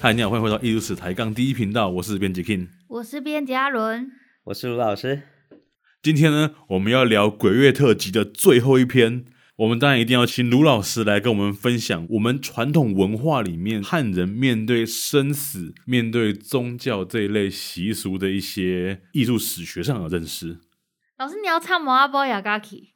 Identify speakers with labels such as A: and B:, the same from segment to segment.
A: 嗨，你好，欢迎回到艺术史抬杠第一频道，我是编辑 King。
B: 我是编辑阿伦，
C: 我是卢老师。
A: 今天呢，我们要聊鬼月特辑的最后一篇。我们当然一定要请卢老师来跟我们分享我们传统文化里面汉人面对生死、面对宗教这一类习俗的一些艺术史学上的认 识。
B: 老师你要唱《摩阿波雅嘎奇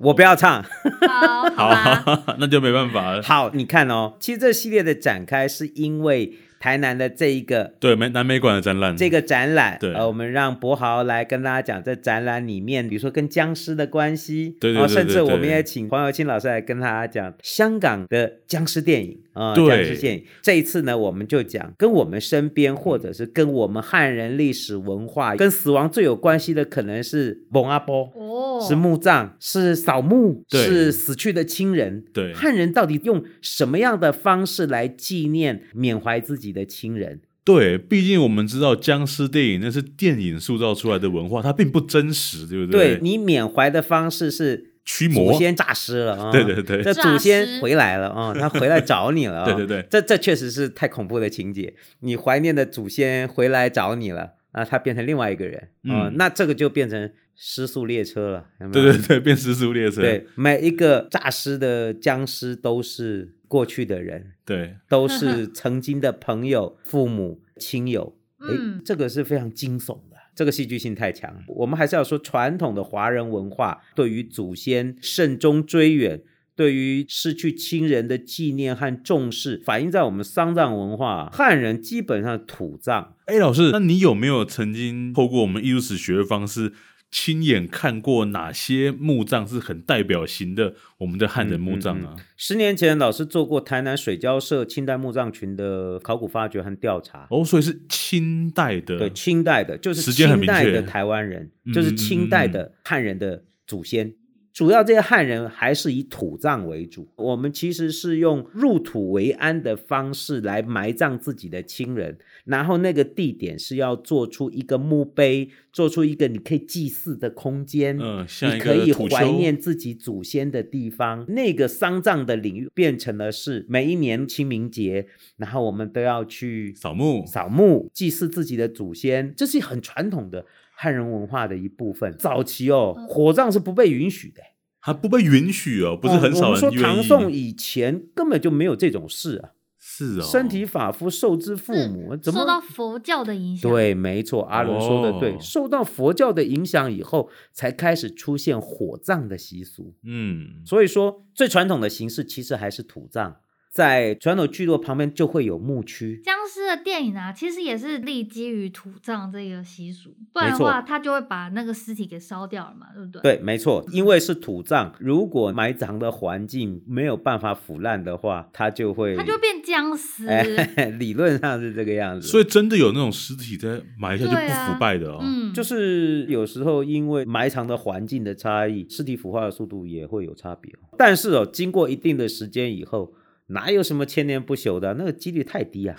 C: 我不要唱。》，
B: 好，好
A: 好
B: 吧，，
A: 那就没办法了。
C: 啊好，你看哦，其实这系列的展开是因为台南的这一个
A: 对，美南美馆的展览，
C: 这个展览，
A: 嗯对
C: 呃，我们让博豪来跟大家讲这展览里面，比如说跟僵尸的关系，
A: 对对
C: 然后
A: 对
C: 甚至
A: 对
C: 我
A: 对
C: 们也请黄友清老师来跟大家讲香港的僵尸电影啊、呃
A: 对
C: 僵尸电影。这一次呢，我们就讲跟我们身边或者是跟我们汉人历史文化、跟死亡最有关系的，可能是蒙阿波。
B: 哦，
C: 是墓葬，是扫墓，
A: 对
C: 是死去的亲人。
A: 对
C: 汉人到底用什么样的方式来纪念、缅怀自己的亲人？
A: 对，毕竟我们知道僵尸电影那是电影塑造出来的文化，它并不真实，对不
C: 对
A: 对，
C: 你缅怀的方式是
A: 驱
C: 祖
A: 魔，
C: 先诈尸了 啊！
A: 对对对
C: 这
B: 诈
C: 祖先
B: 尸
C: 回来了啊，他回来找你了啊！
A: 对对对
C: 这这确实是太恐怖的情节。你怀念的祖先回来找你了啊，他变成另外一个人啊，
A: 嗯
C: 那这个就变成失速列车了，有没
A: 对
C: 有
A: 对对，变失速列车，
C: 对，每一个诈尸的僵尸都是过去的人，
A: 对
C: 都是曾经的朋友、父母、亲友。哎，
B: 嗯
C: 这个是非常惊悚的，这个戏剧性太强了。我们还是要说，传统的华人文化对于祖先慎终追远。对于逝去亲人的纪念和重视，反映在我们丧葬文化。汉人基本上土葬，
A: 哎，老师，那你有没有曾经透过我们艺术史学的方式，亲眼看过哪些墓葬是很代表型的我们的汉人墓葬啊？
C: 十年前老师做过台南水交社清代墓葬群的考古发掘和调查。
A: 哦，所以是清代的，
C: 对，清代的，就是
A: 时间很
C: 清
A: 明
C: 代
A: 确
C: 的台湾人
A: 嗯，
C: 就是清代的汉人的祖先。主要这些汉人还是以土葬为主，我们其实是用入土为安的方式来埋葬自己的亲人，然后那个地点是要做出一个墓碑，做出一个你可以祭祀的空间，
A: 嗯，像
C: 你
A: 一
C: 可
A: 个
C: 以
A: 土
C: 怀
A: 丘，
C: 念自己祖先的地方。那个丧葬的领域变成了是每一年清明节，然后我们都要去
A: 扫墓，
C: 扫墓、祭祀自己的祖先，这是很传统的汉人文化的一部分。早期哦，
B: 嗯
C: 火葬是不被允许的，
A: 还不被允许哦，不是很少
C: 嗯我们说
A: 人愿
C: 唐
A: 意。
C: 宋以前根本就没有这种事啊，
A: 是哦，
C: 身体发肤受之父母，怎
B: 受到
C: 么？
B: 佛教的影响，，
C: 对，没错，阿伦说的对，
A: 哦
C: 受到佛教的影响以后，才开始出现火葬的习俗。
A: 嗯，
C: 所以说，最传统的形式其实还是土葬，在传统聚落旁边就会有墓区。
B: 僵尸的电影啊，其实也是立基于土葬这个习俗，不然的
C: 没错
B: 话，他就会把那个尸体给烧掉了嘛，对不对？，
C: 对，没错，因为是土葬，如果埋藏的环境没有办法腐烂的话，它就会，
B: 他就变僵尸，
C: 哎， 理论上是这个样子。
A: 所以真的有那种尸体在埋下就
B: 对
A: 不
B: 啊
A: 腐败的哦，
B: 嗯，
C: 就是是有时候因为埋藏的环境的差异，尸体腐化的速度也会有差别。但是哦，经过一定的时间以后，哪有什么千年不朽的？那个几率 太低啊。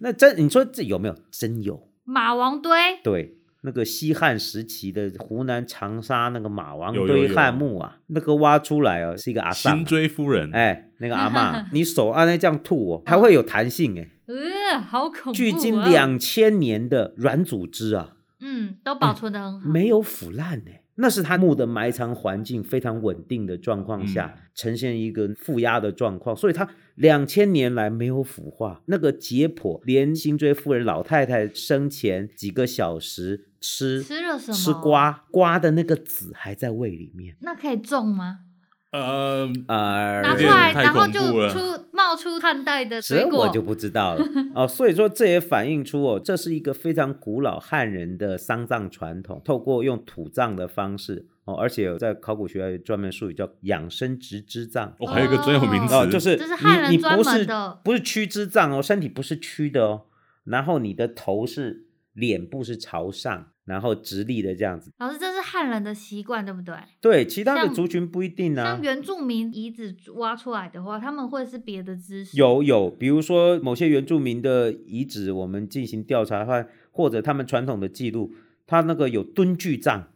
C: 那真你说这有没有？真有，
B: 马王堆，
C: 对。那个西汉时期的湖南长沙那个马王
A: 有有
C: 堆
A: 有
C: 汉墓啊，那个挖出来哦，是一个阿
A: 新
C: 上。
A: 追夫
B: 嗯
A: 人，
C: 哎，那个 阿嬷，你手按那这样吐哦，还会有弹性哎。
B: 呃，好恐怖、啊，
C: 距今，两千年的软组织啊，
B: 嗯，都保存的很好，
C: 没有腐烂哎，那是它墓的埋藏环境非常稳定的状况下，呈现一个负压的状况，所以它两千年来没有腐化。那个解剖，连新追夫人老太太生前几个小时吃
B: 吃了什么？
C: 吃，瓜瓜的那个籽还在胃里面，
B: 那可以种吗？
A: 呃，
C: 呃，
B: 拿
A: 有
B: 出
A: 点
B: 来，
A: 太
B: 然后
A: 恐怖
B: 就
A: 了
B: 出冒出汉代的水
C: 这
B: 果，
C: 我就不知 道了哦。所以说，这也反映出哦，这是一个非常古老汉人的丧葬传统，透过用土葬的方式哦，而且有在考古学有专门术语叫养生植之葬。
A: 哦，还有一个专有名词，
C: 哦，就是
B: 这是
C: 你
B: 汉人
C: 你不
B: 专门
C: 是
B: 的
C: 不是屈之葬哦，身体不是屈的哦，然后你的头是脸部是朝上，然后直立的这样子。
B: 老师，这是汉人的习惯，对不对？
C: 对，其他的
B: 像
C: 族群不一定啊
B: 像。原住民遗址挖出来的话，他们会是别的姿势。
C: 有有，比如说某些原住民的遗址，我们进行调查的话，或者他们传统的记录，他那个有蹲踞葬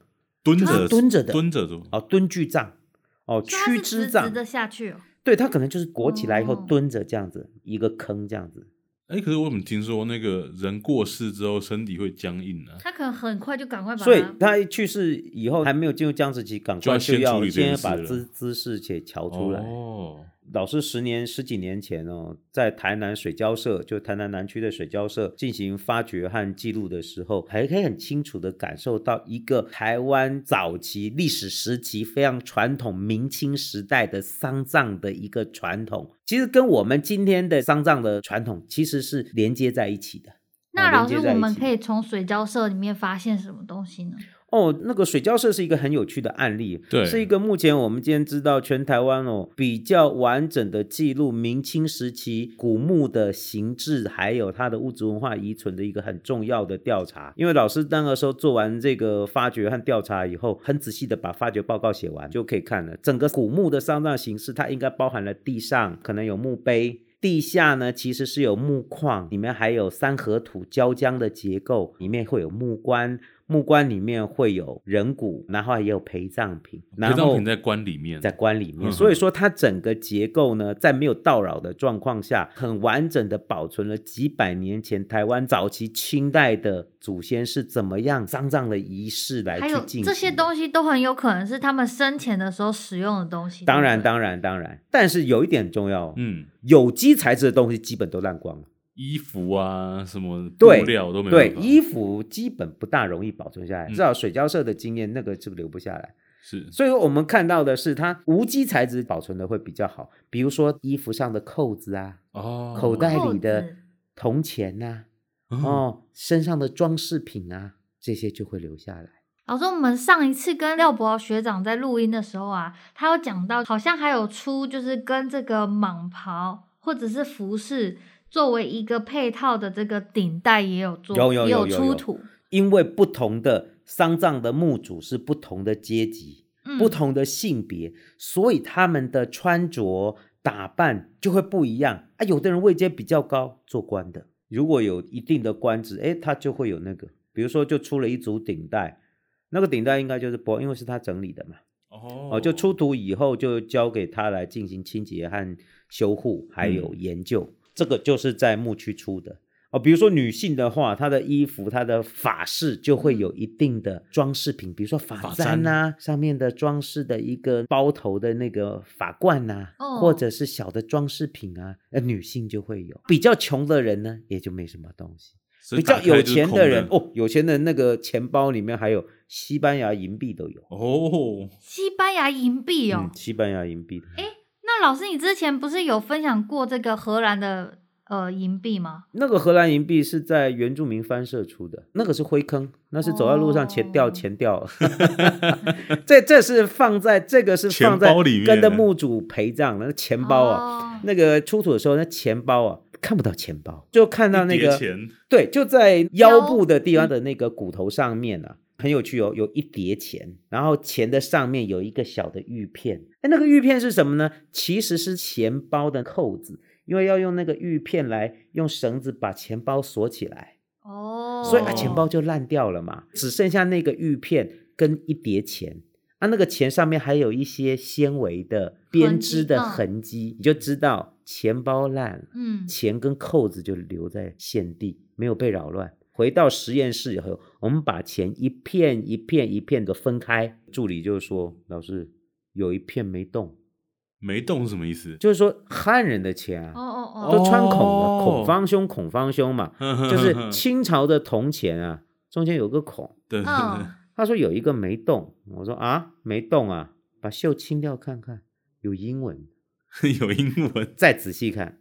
A: 蹲
C: 就是
A: 着
C: 蹲着的
A: 蹲着的，
C: 哦，蹲踞葬哦，
B: 所以它
C: 屈
B: 是直
C: 肢
B: 直
C: 葬，
B: 的下去、哦。
C: 对他可能就是裹起来以后
B: 哦
C: 蹲着这样子、一个坑这样子，
A: 哎、可是我怎么听说那个人过世之后身体会僵硬呢、啊？
B: 他可能很快就赶快把
C: 所以
B: 它
C: 他去世以后还没有进入僵直期，赶
A: 就要
C: 快
A: 先处
C: 要
A: 理这件
C: 先
A: 事
C: 把
A: 了
C: 姿姿势且瞧出来。
A: 哦，
C: 老师十年十几年前哦，在台南水交社，就台南南区的水交社进行发掘和记录的时候，还可以很清楚的感受到一个台湾早期历史时期非常传统明清时代的丧葬的一个传统，其实跟我们今天的丧葬的传统其实是连接在一起的。
B: 那老师，
C: 连接在
B: 我
C: 一
B: 们
C: 起
B: 可以从水交社里面发现什么东西呢？
C: 哦，那个水交社是一个很有趣的案例，
A: 对
C: 是一个目前我们今天知道全台湾哦比较完整的记录明清时期古墓的形制，还有它的物质文化遗存的一个很重要的调查。因为老师那个时候做完这个发掘和调查以后，很仔细的把发掘报告写完，就可以看了整个古墓的丧葬形式，它应该包含了地上可能有墓碑，地下呢，其实是有木框，里面还有三合土胶浆的结构，里面会有木棺，木棺里面会有人骨，然后也有陪葬品，然
A: 陪葬
C: 后
A: 品在棺里面，
C: 在棺里面，
A: 嗯
C: 所以说它整个结构呢，在没有盗扰的状况下，很完整的保存了几百年前台湾早期清代的祖先是怎么样丧葬的仪式来
B: 还
C: 去
B: 有
C: 进行
B: 这些
C: 的
B: 东西都很有可能是他们生前的时候使用的东西。
C: 当然，
B: 对不对
C: 当然，当然，但是有一点很重要哦，
A: 嗯，
C: 有机材质的东西基本都烂光了。
A: 衣服啊什么布
C: 对
A: 料都没有
C: 对
A: 办，法，
C: 衣服基本不大容易保存下来，
A: 嗯
C: 至少水交社的经验，那个是留不下来。
A: 是
C: 所以我们看到的是，它无机材质保存的会比较好，比如说衣服上的扣子啊，
A: 哦，
C: 口袋里
B: 扣子
C: 的铜钱呐、
A: 嗯
C: 哦，身上的装饰品啊，这些就会留下来。
B: 老师，我们上一次跟廖博学长在录音的时候啊，他有讲到，好像还有出就是跟这个蟒袍或者是服饰作为一个配套的这个顶带也有做，
C: 有有
B: 也
C: 有有
B: 出
C: 有
B: 土，
C: 因为不同的丧葬的墓主是不同的阶级，
B: 嗯
C: 不同的性别，所以他们的穿着打扮就会不一样啊。有的人位阶比较高，做官的，如果有一定的官职，诶，他就会有那个，比如说就出了一组顶带，那个顶带应该就是薄，因为是他整理的嘛，
A: 哦
C: 哦，就出土以后就交给他来进行清洁和修护，还有
A: 嗯
C: 研究，这个就是在牧区出的。哦，比如说女性的话，她的衣服、她的发饰就会
A: 嗯
C: 有一定的装饰品，比如说发
A: 发
C: 簪呐、上面的装饰的一个包头的那个发冠呐、
B: 哦
C: 或者是小的装饰品啊，呃，女性就会有。比较穷的人呢，也就没什么东西。
A: 所以
C: 比较
A: 打开
C: 有
A: 就是
C: 钱
A: 空
C: 的人，哦，有钱的那个钱包里面还有西班牙银币都有。
A: 哦，
B: 西班牙银币哦
C: 嗯，。西班牙银币。哎，
B: 那老师，你之前不是有分享过这个荷兰的呃银币吗？
C: 那个荷兰银币是在原住民翻社出的，那个是灰坑，那是走在路上钱掉
B: 哦
C: 钱掉。 这这是放在这个是放在
A: 钱包里面哦
C: 跟着墓主陪葬的那钱包啊，
B: 啊，
C: 那个出土的时候那钱包啊看不到钱包，就看到那
A: 一叠
C: 个
A: 钱
C: 对，就在腰
B: 腰嗯
C: 部的地方的那个骨头上面啊，很有趣哦，有一叠钱，然后钱的上面有一个小的玉片。哎，那个玉片是什么呢？其实是钱包的扣子，因为要用那个玉片来用绳子把钱包锁起来，
B: 哦，
C: 所以啊，钱包就烂掉了嘛，只剩下那个玉片跟一叠钱。啊，那个钱上面还有一些纤维的编织的
B: 痕迹
C: 痕迹，你就知道钱包烂了。
B: 嗯，
C: 钱跟扣子就留在现地，没有被扰乱。回到实验室以后，我们把钱一片一片一片的分开。助理就说：“老师，有一片没动，
A: 没动是什么意思？
C: 就是说汉人的钱
B: 哦
C: 啊，
B: 哦哦，
C: 都穿孔
A: 哦嗯
C: 的，孔方兄，孔方兄 嘛，
A: 就
C: 就
A: 是
C: 清朝的铜钱啊，中间有个孔。
A: 对对对
B: 嗯，
C: 他说有一个没动，我说啊，没动啊，把锈清掉看看，有英文，
A: 对，有英 文
C: 再仔细看，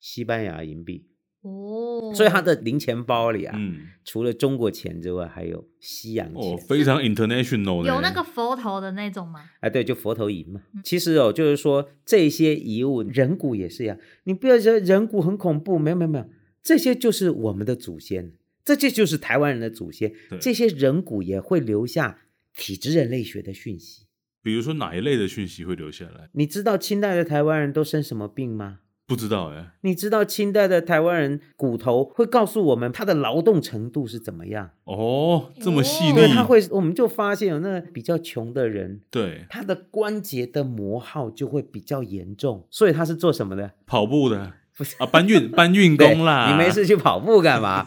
C: 西班牙银币，
B: 哦，
C: 所以他的零钱包里啊，
A: 嗯
C: 除了中国钱之外，还有西洋钱。
A: 哦，非常 international 呢
B: 有那个佛头的那种吗？
C: 哎，对，就佛头银嘛。其实哦，就是说这些遗物，人骨也是一样。你不要觉得人骨很恐怖，没有没有没有，这些就是我们的祖先，这些就是台湾人的祖先
A: 对。
C: 这些人骨也会留下体质人类学的讯息。
A: 比如说哪一类的讯息会留下来？
C: 你知道清代的台湾人都生什么病吗？
A: 不知道哎，
C: 你知道清代的台湾人骨头会告诉我们他的劳动程度是怎么样？
A: 哦，这么细
B: 哦
A: 腻
C: 对，，他会，我们就发现有那比较穷的人，
A: 对，
C: 他的关节的磨耗就会比较严重，所以他是做什么的？
A: 跑步的，啊，搬 运搬运
C: 对
A: 工啦，
C: 你没事去跑步干嘛？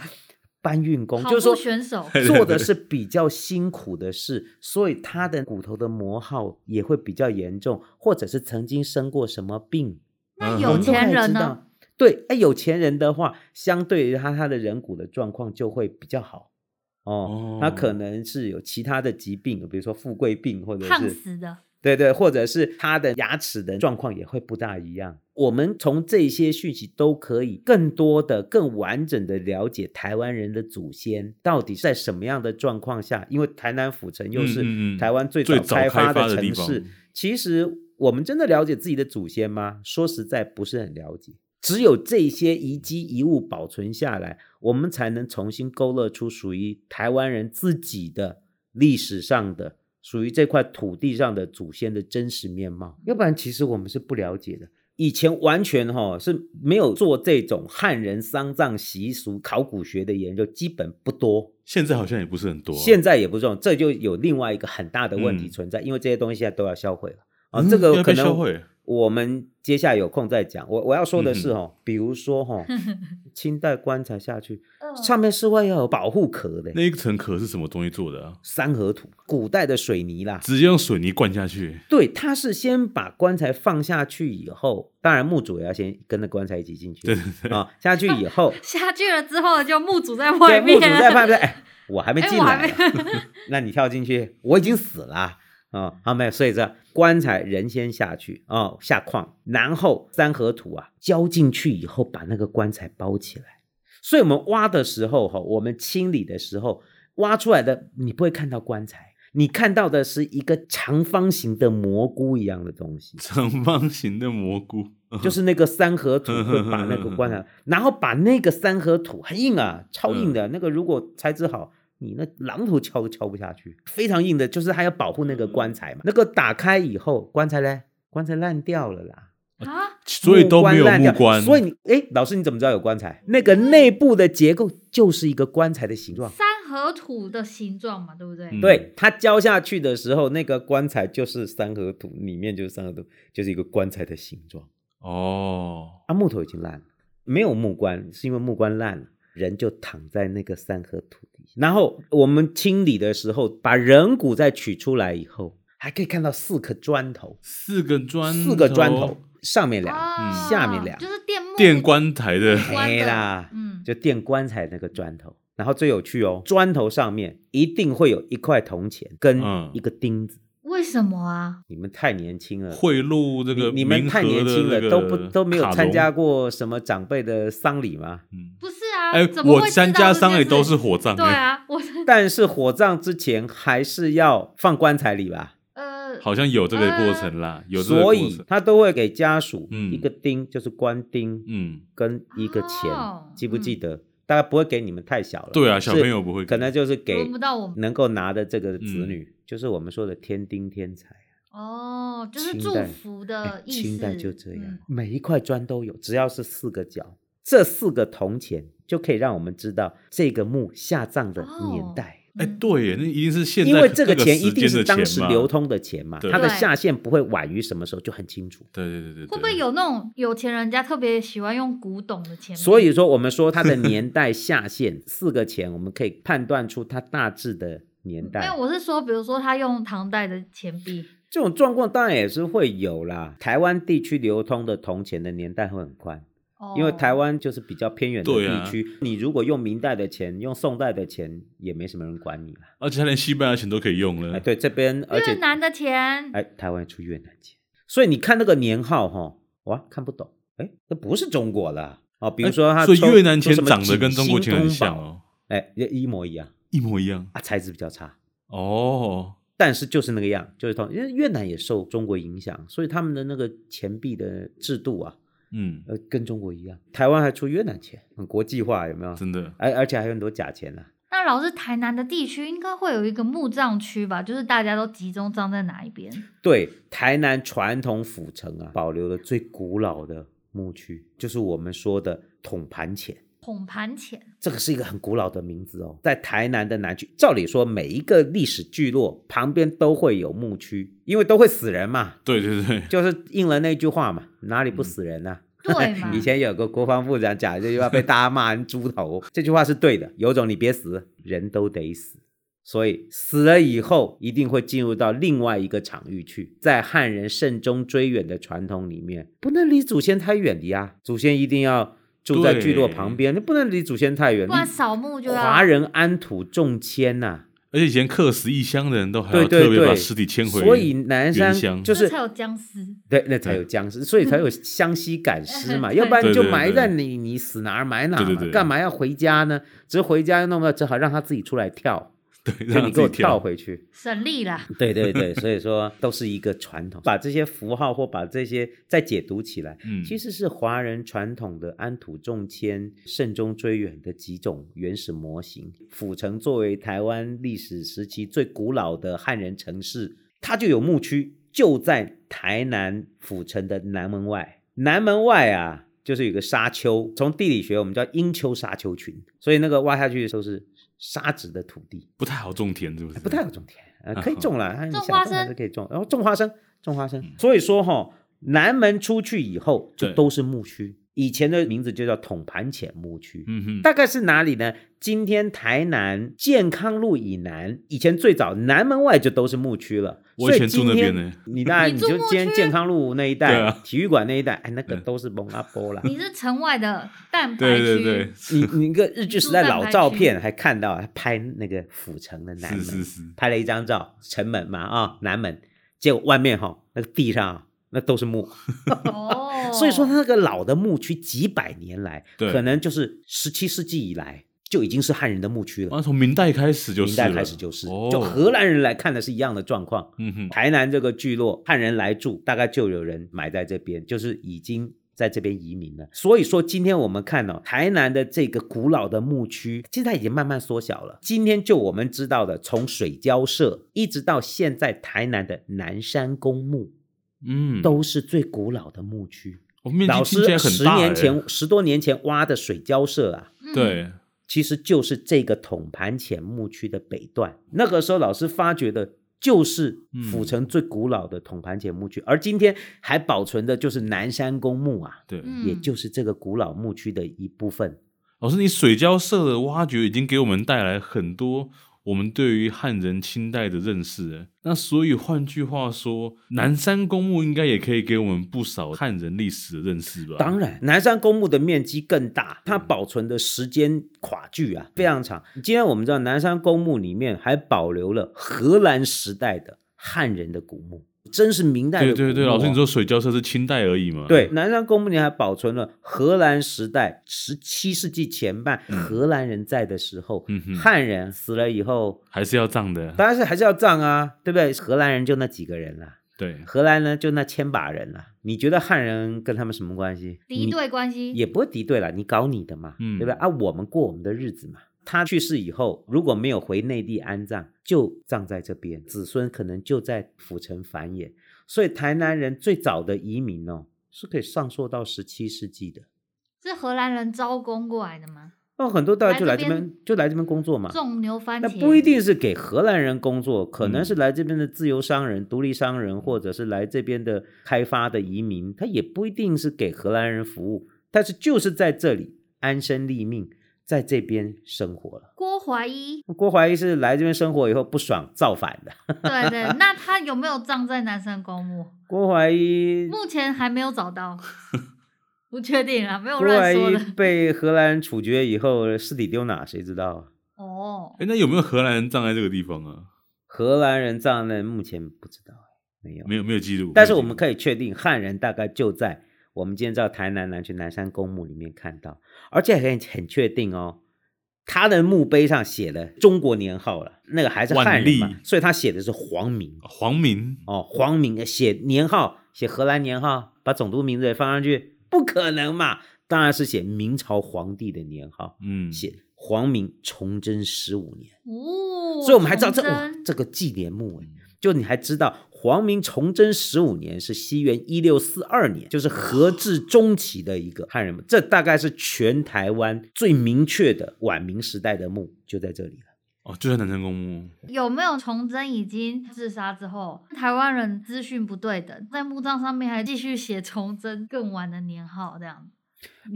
C: 搬运工，
B: 跑
C: 就是
B: 步
C: 说
B: 选手
C: 做的是比较辛苦的事，所以他的骨头的磨耗也会比较严重，或者是曾经生过什么病。
B: 那
A: 嗯
B: 有
A: 哼
B: 钱人
C: 呢、
B: 呢？
C: 对，哎，有钱人的话，相对于他他的人骨的状况就会比较好。哦，他
A: 哦
C: 可能是有其他的疾病，比如说富贵病，或者
B: 胖
C: 是
B: 死的，
C: 对对，或者是他的牙齿的状况也会不大一样。我们从这些讯息都可以更多的、更完整的了解台湾人的祖先到底在什么样的状况下，因为台南府城
A: 嗯
C: 又
A: 嗯
C: 是
A: 嗯
C: 台湾最
A: 最
C: 早
A: 早
C: 开
A: 开
C: 发
A: 发
C: 的
A: 的地
C: 城
A: 方
C: 市。其实我们真的了解自己的祖先吗？说实在，不是很了解。只有这些遗迹遗物保存下来，我们才能重新勾勒出属于台湾人自己的历史上的、属于这块土地上的祖先的真实面貌。要不然，其实我们是不了解的。以前完全哈、是没有做这种汉人丧葬习俗考古学的研究，基本不多。
A: 现在好像也不是很多，
C: 现在也不重要，这就有另外一个很大的问题
A: 嗯
C: 存在，因为这些东西现在都要销毁了啊。
A: 嗯
C: 这个
A: 要
C: 可
A: 被销
C: 能
A: 毁
C: 我们接下来有空再讲。我我要说的是
A: 嗯
C: 哦，比如说哈、清代棺材下去，
B: 嗯
C: 上面是会要有保护壳的
A: 那，一层壳是什么东西做的啊？
C: 三合土，古代的水泥啦。
A: 直接用水泥灌下去，
C: 对，它是先把棺材放下去以后，当然墓主也要先跟着棺材一起进去
A: 对
C: 啊、下去以后，
B: 下去了之后就墓主在
C: 对，
B: 外
C: 墓
B: 面，
C: 主在外 面，哎，我还没
B: 哎
C: 进
B: 我还
C: 来啊、 那你跳进去，我已经死了啊、嗯好没有，所以这棺材人先下去啊、哦下矿，然后三合土啊浇进去以后，把那个棺材包起来。所以我们挖的时候哈，我们清理的时候挖出来的，你不会看到棺材，你看到的是一个长方形的蘑菇一样的东西。
A: 长方形的蘑菇，
C: 就是那个三合
A: 嗯
C: 土会把那个棺材，然后把那个三合土很硬啊，超
A: 嗯
C: 硬的、那个，如果材质好，你那榔头敲都敲不下去，非常硬的，就是还要保护那
A: 嗯
C: 个棺材嘛。那个打开以后，棺材嘞，棺材烂掉了啦，
B: 啊，
A: 所以都没有
C: 木
A: 木
C: 烂
A: 棺，
C: 掉所以你哎，老师你怎么知道有棺材？那个内部的结构就是一个棺材的形状。
B: 三合土的形状嘛，对不对？
A: 嗯
C: 对，它浇下去的时候，那个棺材就是三合土，里面就是三合土，就是一个棺材的形状。
A: 哦，
C: 啊，木头已经烂了，没有木棺，是因为木棺烂了，人就躺在那个三合土底下。然后我们清理的时候，把人骨再取出来以后，还可以看到四颗砖头，
A: 四个砖，
C: 四个砖头，上面两个，
B: 啊，
C: 下面两
B: 就是垫木
A: 垫棺材 的，
B: 木棺
C: 没
B: 的
C: 啦
B: 嗯，
C: 就垫棺材那个砖头。然后最有趣哦，砖头上面一定会有一块铜钱跟
A: 嗯
C: 一个钉子。
B: 为什么啊？
C: 你们太年轻了，
A: 贿赂这个
C: 你你们
A: 民
C: 太
A: 和
C: 年
A: 的
C: 轻
A: 那
C: 了，
A: 个
C: 都不都没有
A: 卡
C: 参加
A: 戎。
C: 过什么长辈的丧礼吗？
A: 嗯
B: 不是啊，
A: 哎、
B: 怎么
A: 我
B: 会知道
A: 参加
B: 这件
A: 商也都
B: 事
A: 是火葬、
B: 对
A: 哎，
B: 啊，我是
C: 但是火葬之前还是要放棺材里吧，
B: 呃，
A: 好像有这个过程啦，有这个
C: 所
A: 过
C: 以
A: 程。
C: 他都会给家属
A: 嗯
C: 一个钉，就是棺钉，
A: 嗯，
C: 跟一个钱，
B: 哦
C: 记不记得？大概不会给你们太小了，
A: 对啊，
C: 是
A: 小朋友不会嗯
C: 可能就是给
B: 嗯轮不到我们
C: 能够拿的这个的子女，就是我们说的天丁天才。
B: 哦，就是
C: 清
B: 祝
C: 代
B: 福
C: 哎
B: 的呃意思。
C: 清代就这样，
B: 嗯
C: 每一块砖都有，只要是四个角，这四个铜钱就可以让我们知道这个墓下葬的年
B: 哦
C: 代。
A: 哎、
B: 嗯
A: 对耶，那一定是现在
C: 因
A: 那
C: 为这
A: 个
C: 个钱
A: 时
C: 一定
A: 间
C: 是
A: 的
C: 当
A: 钱
C: 时
A: 嘛
C: 流。通的钱嘛，
A: 对
C: 它的
B: 对
C: 下限不会晚于什么时候就很清楚。
A: 对对对对，
B: 会不会
A: 对
B: 有那种有钱人家特别喜欢用古董的钱币？
C: 所以说，我们说它的年代下限四个钱，我们可以判断出它大致的年
B: 没
C: 代
B: 有，。我是说，比如说他用唐代的钱币，
C: 这种状况当然也是会有啦。台湾地区流通的铜钱的年代会很宽，
B: 哦、
C: 因为台湾就是比较偏远的
A: 对啊
C: 地区，你如果用明代的钱，用宋代的钱，也没什么人管你啦。
A: 而且他连西班牙钱都可以用了
C: 哎，。对，这边而
B: 越
C: 且
B: 南的钱，
C: 哎，台湾出越南钱，所以你看那个年号哈，哇，看不懂，哎，那不是中国的哦。比如
A: 哎
C: 说它
A: 所
C: 抽，
A: 以越南钱
C: 说什么
A: 长得跟中国
C: 锦
A: 钱很
C: 星通宝
A: 像，哦，
C: 哎，也一模一样
A: 一模一样
C: 啊，材质比较差，
A: 哦。
C: 但是就是那个样，就是同，因为越南也受中国影响，所以他们的那个钱币的制度啊，
A: 嗯，
C: 呃，跟中国一样。台湾还出越南钱，很国际化，有没有？
A: 真的
C: 而而且还有很多假钱啊呢、
B: 那老师台南的地区应该会有一个墓葬区吧？就是大家都集中葬在哪一边？
C: 对，台南传统府城啊，保留了最古老的墓区，就是我们说的统盘钱。
B: 捧盘 钱，
C: 这个是一个很古老的名字哦，在台南的南区，照理说每一个历史聚落旁边都会有墓区，因为都会死人嘛，
A: 对对对，
C: 就是应了那句话嘛，哪里不死人呢、啊
B: 嗯对嘛？
C: 以前有个国防部长讲这句话被大家骂成猪头，这句话是对的。有种你别死，人都得死。所以死了以后，一定会进入到另外一个场域去。在汉人慎终追远的传统里面，不能离祖先太远离啊，祖先一定要住在聚落旁边，你不能离祖先太远。
B: 不然扫墓就要
C: 华人安土重迁呐、
A: 而且以前客死异乡的人都还要
C: 对对
A: 特别把
C: 对
A: 尸体迁回，
C: 所以南
A: 原
C: 山
A: 乡
C: 就是
B: 那才有僵尸。
C: 对，那才有僵尸，所以才有湘西赶尸嘛，
B: 对
C: 要不然你就
A: 对对
C: 埋
A: 对
C: 在你你死哪儿埋哪儿
A: 对
C: 嘛
A: 对，对
C: 干嘛要回家呢？只是回家弄到只好让他自己出来跳，
A: 对，
C: 就
A: 让他
C: 你给
A: 自
C: 我
A: 己
C: 跳
A: 跳。
C: 回去。
B: 省力啦，
C: 对对对，所以说都是一个传统，把这些符号或把这些再解读起来，
A: 嗯，
C: 其实是华人传统的安土重迁、慎终追远的几种原始模型。府城作为台湾历史时期最古老的汉人城市，它就有牧区，就在台南府城的南门外。南门外啊，就是有个沙丘，从地理学我们叫阴丘沙丘群，所以那个挖下去都是沙质的土地。
A: 不太好种田，是不是？
C: 不太好种田，呃，可以
A: 啊
C: 种了，啊你
B: 种
C: 想
B: 花
C: 还
B: 生
C: 是可以种，然后种花生，种花生。所以说哈、南门出去以后，就
A: 嗯对
C: 都是牧区，以前的名字就叫统盘浅牧区。
A: 嗯哼，
C: 大概是哪里呢？今天台南健康路以南，以前最早南门外就都是牧区了。
A: 我以前住那边
C: 所以今
A: 呢
C: 天你那
B: 你
C: 你
B: 住
C: 就
B: 牧
C: 今天
B: 区
C: 健康路那一带、
A: 对啊
C: 体育馆那一带，哎，那个
A: 嗯
C: 都是蒙阿波啦。
B: 你是城外的 蛋白
A: 对对
B: 区，
A: 对，
C: 你你一个日剧时代
B: 住在
C: 老
B: 白
C: 照
B: 区
C: 片还看到，还拍那个府城的南
A: 是
C: 门，
A: 是是，
C: 拍了一张照，城门嘛啊、南门，结果外面哈、那个地上啊、那都是墓，
B: 哦，
C: 所以说它那个老的墓区几百年来，
A: 对
C: 可能就是十七世纪以来就已经是汉人的墓区了，
A: 啊，从明代开始就是
C: 明代
A: 了
C: 开始就是，
A: 哦
C: 就荷兰人来看的是一样的状况。
A: 嗯哼，
C: 台南这个聚落，汉人来住，大概就有人埋在这边，就是已经在这边移民了。所以说，今天我们看哦，台南的这个古老的牧区，其实它已经慢慢缩小了。今天就我们知道的，从水交社一直到现在台南的南山公墓，
A: 嗯，
C: 都是最古老的牧区。
A: 我面
C: 老
A: 积听
C: 师
A: 起来很
C: 十
A: 大欸，
C: 年前、十多年前挖的水交社啊，
B: 嗯，
A: 对，
C: 其实就是这个统盘浅牧区的北段。那个时候老师发掘的就是
A: 嗯
C: 府城最古老的统盘浅牧区，而今天还保存的就是南山公墓啊，
A: 对，
B: 嗯
C: 也就是这个古老墓区的一部分。
A: 老师，你水交社的挖掘已经给我们带来很多我们对于汉人清代的认识了。那所以换句话说，南山公墓应该也可以给我们不少汉人历史的认识吧？
C: 当然，南山公墓的面积更大，它保存的时间跨距啊非常长。今天我们知道，南山公墓里面还保留了荷兰时代的汉人的古墓，真是明代的
A: 对
C: 古墓、
A: 对对，老师，你。说水交社是清代而已嘛？
C: 哦对，，南山公墓里还保存了荷兰时代十七世纪前半荷兰人在的时候，
A: 嗯嗯哼
C: 汉人死了以后，
A: 还是要葬的。
C: 当然是还是要葬啊，对不对？荷兰人就那几个人啦，
A: 对，
C: 荷兰呢就那千把人啦。你觉得汉人跟他们什么关系？
B: 敌
C: 你
B: 对关系
C: 也不会敌对了，你搞你的嘛，
A: 嗯
C: 对不对？啊，我们过我们的日子嘛。他去世以后，如果没有回内地安葬，就葬在这边，子孙可能就在府城繁衍。所以台南人最早的移民哦，是可以上溯到十七世纪的。
B: 是荷兰人招工过来的吗？
C: 那很多大家就来
B: 来
C: 这
B: 这
C: 边，就来这边工作嘛。
B: 种牛番
C: 那
B: 茄，
C: 不一定是给荷兰人工作，可能
A: 嗯
C: 是来这边的自由商人、独立商人，或者是来这边的开发的移民，他也不一定是给荷兰人服务，但是就是在这里安身立命，在这边生活了。
B: 郭怀一，
C: 郭怀义是来这边生活以后不爽造反的，
B: 对对，那他有没有葬在南山公墓？
C: 郭怀义。
B: 目前还没有找 到，不确定啊，没有
C: 郭
B: 乱
C: 怀
B: 说
C: 义
B: 的。
C: 被荷兰人处决以后，尸体丢哪谁知道啊？
B: 哦，
A: 哎，那有没有荷兰人葬在这个地方啊？
C: 荷兰人葬那目前不知道，没有。
A: 没有，没有记录。
C: 但是我们
A: 以，
C: 可以确定，汉人大概就在我们今天到台南南区南山公墓里面看到，而且很很确定哦，他的墓碑上写了中国年号了，那个还是汉人
A: 万
C: 嘛
A: 历，
C: 所以他写的是皇明
A: 黄明
C: 哦，皇明写年号，写荷兰年号，把总督名字也放上去，不可能嘛，当然是写明朝皇帝的年号，
A: 嗯，
C: 写皇明崇祯十五年。
B: 哦，
C: 所以我们还知道这
B: 崇
C: 哇
B: 祯
C: 这个纪年墓哎，就你还知道皇明崇祯十五年是西元一六四二年，就是和治中期的一个汉人墓，这大概是全台湾最明确的晚明时代的墓，就在这里了。
A: 哦，就在南城公墓，
B: 有没有崇祯已经自杀之后，台湾人资讯不对等，在墓葬上面还继续写崇祯更晚的年号这样？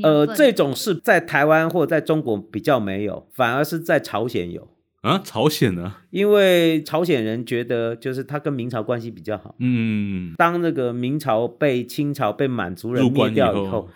C: 呃，
B: 年份
C: 这种是在台湾或在中国比较没有，反而是在朝鲜有，
A: 啊，朝鲜呢、
C: 因为朝鲜人觉得就是他跟明朝关系比较好。
A: 嗯，
C: 当那个明朝被清朝被满族人
A: 入关
C: 灭掉
A: 以后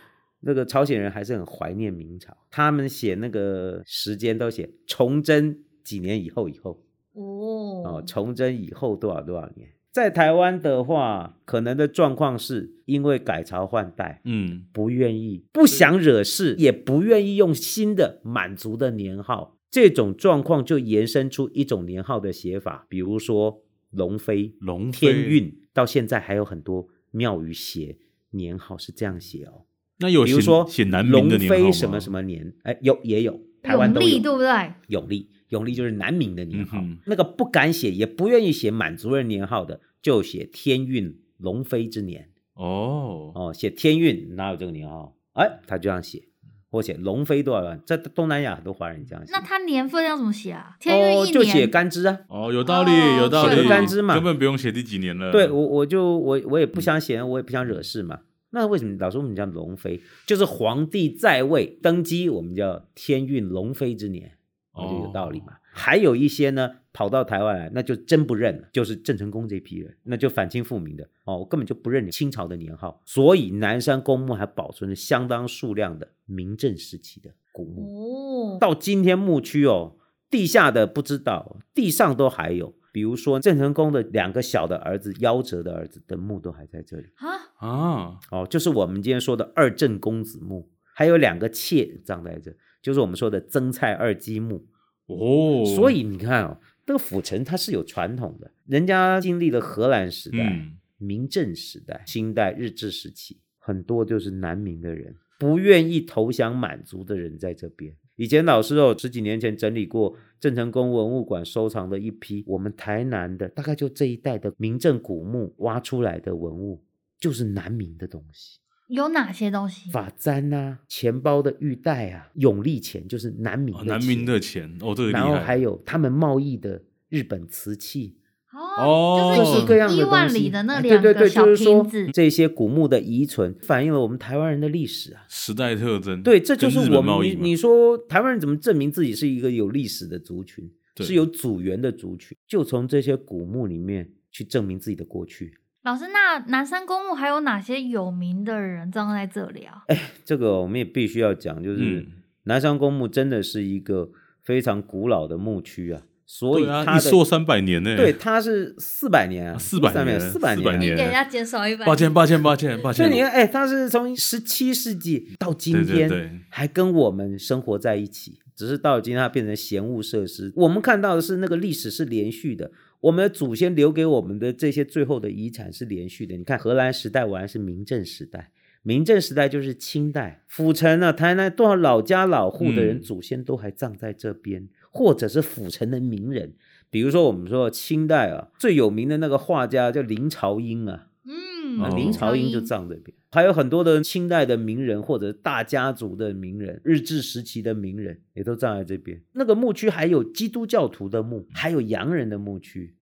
C: 那个朝鲜人还是很怀念明朝，他们写那个时间都写崇祯几年以后以后哦
B: 哦，，
C: 崇祯以后多少多少年。在台湾的话，可能的状况是因为改朝换代，
A: 嗯，
C: 不愿意、不想惹事，也不愿意用新的满族的年号，这种状况就延伸出一种年号的写法，比如说龙飞、
A: 龙飞
C: 天，运，到现在还有很多庙宇写年号是这样写哦，
A: 那有
C: 比
A: 写
C: 如说
A: 写南明
C: 龙
A: 的年号
C: 飞
A: 吗
C: 什么什么年，哎，有也有，台湾
B: 永
C: 都
B: 历
C: 有
B: 对不对？
C: 永历，永历就是南明的年号。
A: 嗯哼
C: 那个不敢写，也不愿意写满族人年号的，就写天运龙飞之年
A: 哦，
C: 哦，写天运哪有这个年号？哎，他就这样写，或写龙飞多少万，在东南亚很多华人这样写。
B: 那他年份要怎么写啊？天运一
C: 哦，
B: 年，
C: 就写干支啊。
A: 哦，有道理，
B: 哦
A: 有道
C: 写
A: 理，
C: 个干支嘛
A: 根本不用写第几年了。
C: 对我，我就我我也不想写，我也不想惹事嘛。那为什么老说我们叫龙飞？就是皇帝在位登基，我们叫天运龙飞之年，那
A: 哦
C: 就有道理嘛。还有一些呢，跑到台湾来，那就真不认了，就是郑成功这批人，那就反清复明的哦，我根本就不认你清朝的年号。所以南山公墓还保存着相当数量的明郑时期的古墓。
B: 哦，
C: 到今天牧区哦，地下的不知道，地上都还有。比如说郑成功的两个小的儿子，夭折的儿子的墓都还在这里
B: 啊，
A: 啊，
C: 哦，就是我们今天说的二郑公子墓，还有两个妾葬在这，就是我们说的曾蔡二姬墓。
A: 哦，
C: 所以你看哦，这个府城它是有传统的，人家经历了荷兰时代、
A: 嗯，
C: 明郑时代、清代、日治时期，很多就是南明的人不愿意投降满族的人在这边。以前老师哦，十几年前整理过郑成功文物馆收藏的一批我们台南的，大概就这一代的明郑古墓挖出来的文物，就是南明的东西，
B: 有哪些东
A: 嗯
B: 西？
C: 发簪啊、钱包的玉带啊、永历钱，就是南明的
A: 哦
C: 钱、
A: 南明的钱，哦，这个厉害，
C: 然后还有他们贸易的日本瓷器，
B: 哦，
A: 哦
B: 就
C: 各
B: 是
C: 式
B: 以
C: 各样的
B: 伊
C: 东西
B: 万里的那
C: 哎
B: 两
C: 对对
B: 个
C: 对，
B: 小
C: 就是
B: 瓶
C: 说
B: 子，
C: 这些古墓的遗存，反映了我们台湾人的历史啊。
A: 时代特征，
C: 对，这就是
A: 跟日本
C: 我
A: 贸
C: 们
A: 易
C: 你
A: 嘛
C: 你说台湾人怎么证明自己是一个有历史的族群，
A: 对
C: 是有祖源的族群，就从这些古墓里面去证明自己的过去。
B: 老师，那南山公墓还有哪些有名的人葬在这里啊？
C: 这个我们也必须要讲，就是
A: 嗯
C: 南山公墓真的是一个非常古老的墓区啊，所以
A: 对啊，
C: 它
A: 一
C: 的
A: 说哎三百年呢，
C: 对，它是四百年啊，
A: 400年
C: 四百
A: 400
B: 你
A: 年
B: 给人家减少一百，
A: 抱歉，抱歉，抱歉，抱
C: 所以
A: 歉，
C: 你看，哎，它是从十七世纪到今
A: 对对
C: 天，
A: 对，
C: 还跟我们生活在一起，只是到了今天它变成闲物设施。我们看到的是那个历史是连续的，我们的祖先留给我们的这些最后的遗产是连续的。你看，荷兰时代完是明郑时代，明郑时代就是清代，府城啊，台南多少老家老户的人、
A: 嗯
C: 祖先都还葬在这边，或者是府城的名人。比如说，我们说清代啊，最有名的那个画家叫林朝英啊，
A: 哦
B: 嗯，
C: 林朝英就葬这边，还有很多的清代的名人或者大家族的名人，日治时期的名人也都葬在这边。那个墓区还有基督教徒的墓，还有洋人的墓区。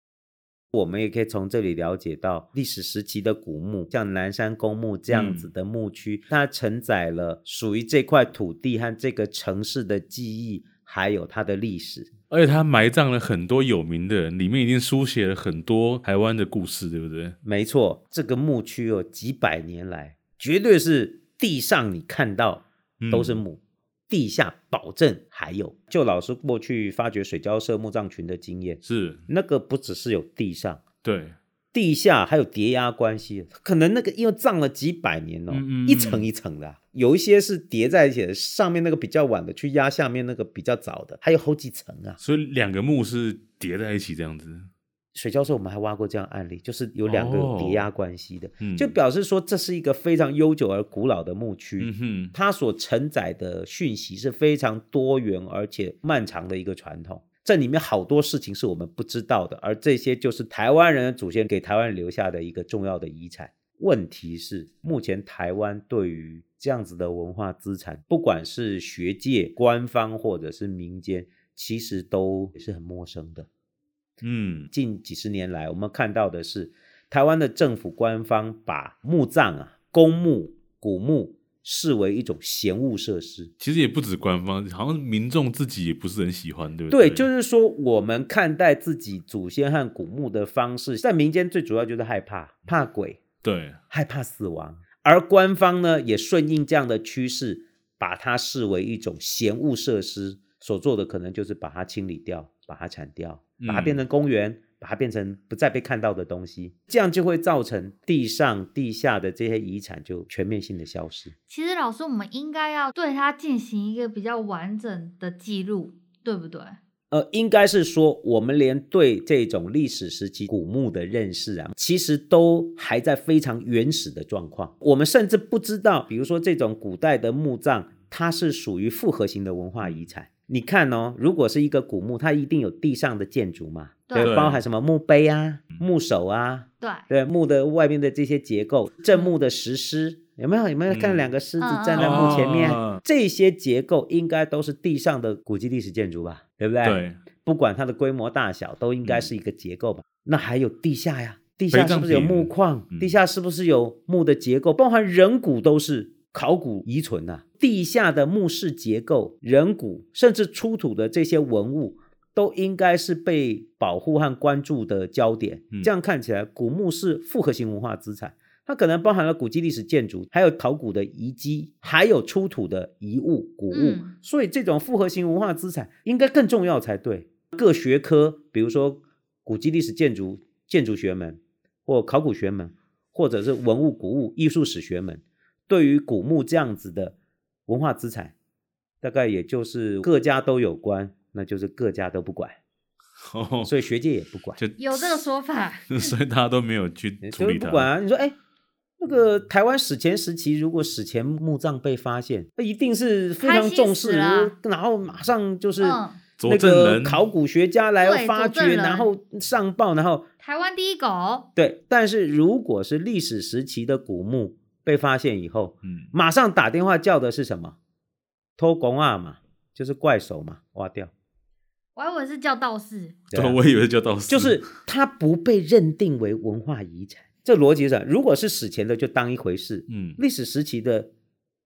C: 我们也可以从这里了解到历史时期的古墓，像南山公墓这样子的墓区，它承载了属于这块土地和这个城市的记忆，还有它的历史。
A: 而且他埋葬了很多有名的人，里面已经书写了很多台湾的故事，对不对？
C: 没错，这个墓区有几百年来绝对是地上你看到
A: 嗯
C: 都是墓，地下保证还有。就老师过去发掘水交社墓葬群的经验，
A: 是，
C: 那个不只是有地上。
A: 对，
C: 地下还有叠压关系，可能那个因为葬了几百年哦，
A: 嗯嗯嗯
C: 一层一层的啊、有一些是叠在一起的，上面那个比较晚的去压下面那个比较早的，还有好几层啊。
A: 所以两个墓是叠在一起这样子，
C: 水教授我们还挖过这样案例，就是有两个有叠压关系的，
A: 哦嗯
C: 就表示说这是一个非常悠久而古老的墓区，
A: 嗯哼，
C: 它所承载的讯息是非常多元而且漫长的一个传统。这里面好多事情是我们不知道的，而这些就是台湾人的祖先给台湾人留下的一个重要的遗产。问题是，目前台湾对于这样子的文化资产，不管是学界、官方或者是民间，其实都是很陌生的。
A: 嗯
C: 近几十年来，我们看到的是，台湾的政府官方把墓葬啊、公墓、古墓视为一种嫌恶设施。
A: 其实也不止官方，好像民众自己也不是很喜欢，对不
C: 对，
A: 对，
C: 就是说，我们看待自己祖先和古墓的方式，在民间最主要就是害怕，怕鬼，
A: 对，
C: 害怕死亡。而官方呢，也顺应这样的趋势，把它视为一种嫌恶设施，所做的可能就是把它清理掉，把它铲掉，把它变
A: 嗯
C: 成公园，把它变成不再被看到的东西，这样就会造成地上地下的这些遗产就全面性的消失。
B: 其实老师，我们应该要对它进行一个比较完整的记录，对不对？
C: 呃，应该是说，我们连对这种历史时期古墓的认识啊，其实都还在非常原始的状况。我们甚至不知道，比如说这种古代的墓葬，它是属于复合型的文化遗产。你看哦，如果是一个古墓，它一定有地上的建筑嘛，
B: 对
C: 包含什么墓碑啊、墓首啊，
B: 对，
C: 对墓的外面的这些结构，正墓的石狮有没有？有没有看
A: 嗯
C: 两个狮子
B: 嗯
C: 站在墓前面？
A: 啊
C: 这些结构应该都是地上的古迹历史建筑吧，对不对？，
A: 对，
C: 不管它的规模大小，都应该
A: 嗯
C: 是一个结构吧。那还有地下呀，地下
A: 陪
C: 是
A: 葬
C: 不是有
A: 品
C: 墓框？
A: 嗯
C: 地下是不是有墓的结构？包含人骨都是考古遗存呐、地下的墓室结构、人骨，甚至出土的这些文物。都应该是被保护和关注的焦点。
A: 嗯
C: 这样看起来，古墓是复合型文化资产，它可能包含了古迹历史建筑，还有考古的遗迹，还有出土的遗物、古物。
B: 嗯
C: 所以，这种复合型文化资产应该更重要才对。各学科，比如说古迹历史建筑建筑学门，或考古学门，或者是文物古物艺术史学门，对于古墓这样子的文化资产，大概也就是各家都有关，那就是各家都不管，
A: 哦，
C: 所以学界也不管。
A: 就
B: 有这个说法。
A: 所以大家都没有去
C: 就
A: 处
C: 是
A: 理
C: 不
A: 它。嗯
C: 管啊。你说，哎，那个台湾史前时期，如果史前墓葬被发现，那一定是非
B: 开
C: 常
B: 心
C: 重
B: 死
C: 视，
B: 啦
C: 然后马上就是
B: 嗯
A: 佐
C: 那
A: 证
C: 个
A: 人
C: 考古学家来
B: 对
C: 发
B: 佐证
C: 掘，
B: 人
C: 然后上报，然后
B: 台湾第一狗，
C: 对。但是如果是历史时期的古墓被发现以后，
A: 嗯，
C: 马上打电话叫的是什么？偷工啊嘛，就是怪手嘛，挖掉。
B: 我还以为是叫道士。
A: 对，
C: 啊
A: 我以为叫到死
C: 就是它不被认定为文化遗产。这逻辑是什么，如果是史前的就当一回事，
A: 嗯，
C: 历史时期的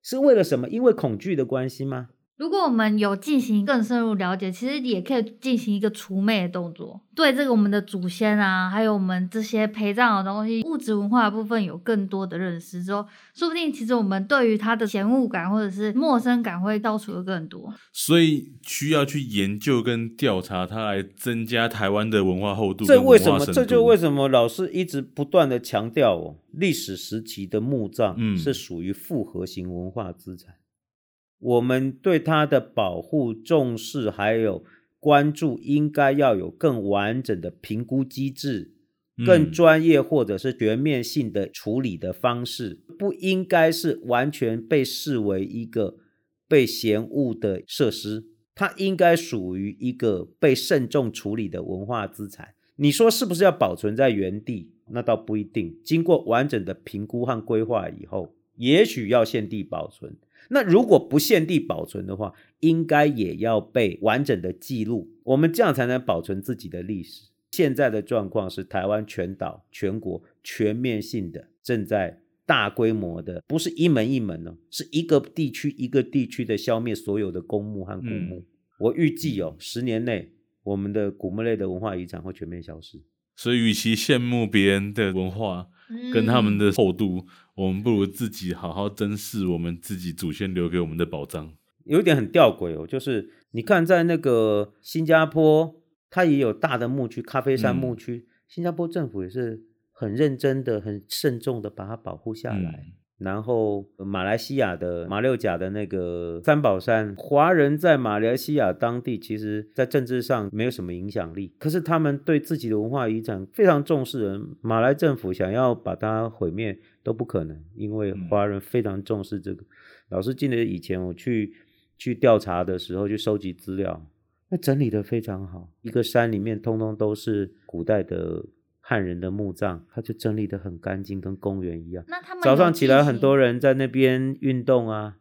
C: 是为了什么？因为恐惧的关系吗？
B: 如果我们有进行更深入了解，其实也可以进行一个除魅的动作，对这个我们的祖先啊，还有我们这些陪葬的东西，物质文化的部分有更多的认识之后，说不定其实我们对于它的嫌恶感或者是陌生感会消除的更多。
A: 所以需要去研究跟调查它，来增加台湾的文化厚度跟
C: 这
A: 文
C: 为
A: 化
C: 什
A: 深度。
C: 么？这就为什么老师一直不断的强调哦，历史时期的墓葬
A: 嗯
C: 是属于复合型文化资产，我们对它的保护、重视还有关注，应该要有更完整的评估机制。更
A: 嗯
C: 专业或者是全面性的处理的方式，不应该是完全被视为一个被嫌恶的设施，它应该属于一个被慎重处理的文化资产。你说是不是要保存在原地？那倒不一定。经过完整的评估和规划以后，也许要限地保存。那如果不限地保存的话，应该也要被完整的记录，我们这样才能保存自己的历史。现在的状况是，台湾全岛、全国全面性的正在大规模的，不是一门一门哦，是一个地区一个地区的消灭所有的公墓和古墓。
A: 嗯
C: 我预计哦，十年内我们的古墓类的文化遗产会全面消失。
A: 所以与其羡慕别人的文化
B: 嗯
A: 跟他们的厚度，我们不如自己好好珍视我们自己祖先留给我们的宝藏。
C: 有一点很吊诡哦，就是你看在那个新加坡，它也有大的牧区，咖啡山
A: 嗯
C: 牧区，新加坡政府也是很认真的、很慎重的把它保护下来。
A: 嗯
C: 然后呃马来西亚的马六甲的那个三宝山，华人在马来西亚当地其实在政治上没有什么影响力，可是他们对自己的文化遗产非常重视。嗯马来政府想要把它毁灭都不可能，因为
A: 嗯
C: 华人非常重视这个。老师记得以前我去去调查的时候，去收集资料，那整理的非常好，一个山里面通通都是古代的汉人的墓葬，它就整理的很干净，跟公园一样。
B: 嗯那他们
C: 早
B: 有
C: 上起来，
B: 进
C: 很
B: 行
C: 多人在那边运动啊，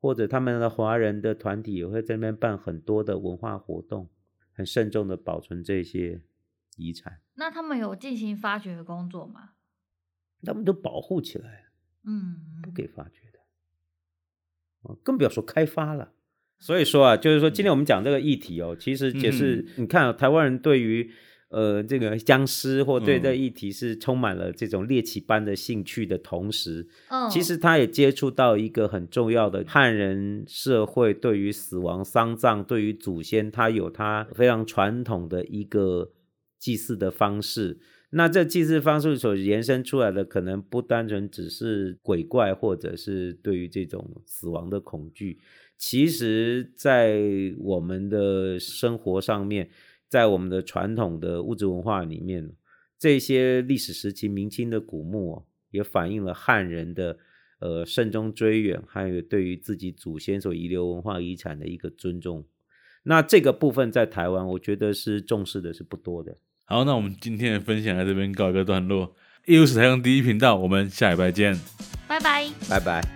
C: 或者他们的华人的团体也会在那边办很多的文化活动，很慎重的保存这些遗产，
B: 那他们有进行发掘的工作吗？
C: 他们都保护起来。
B: 嗯，
C: 不给发掘的，哦，更不要说开发了。所以说啊，就是说今天我们讲这个议题哦，其实也是
A: 嗯
C: 你看啊、台湾人对于呃这个僵尸或对这
A: 嗯
C: 议题是充满了这种猎奇般的兴趣的同时，
B: 嗯，
C: 其实他也接触到一个很重要的汉人社会对于死亡、丧葬、对于祖先，他有他非常传统的一个祭祀的方式。那这祭祀方式所延伸出来的，可能不单纯只是鬼怪，或者是对于这种死亡的恐惧。其实，在我们的生活上面，在我们的传统的物质文化里面，这些历史时期明清的古墓、哦，也反映了汉人的呃慎终追远，还有对于自己祖先所遗留文化遗产的一个尊重。那这个部分在台湾，我觉得是重视的是不多的。
A: 好，那我们今天的分享在这边告一个段落。艺术史台用第一频道，我们下礼拜见。
B: 拜拜。
C: 拜拜。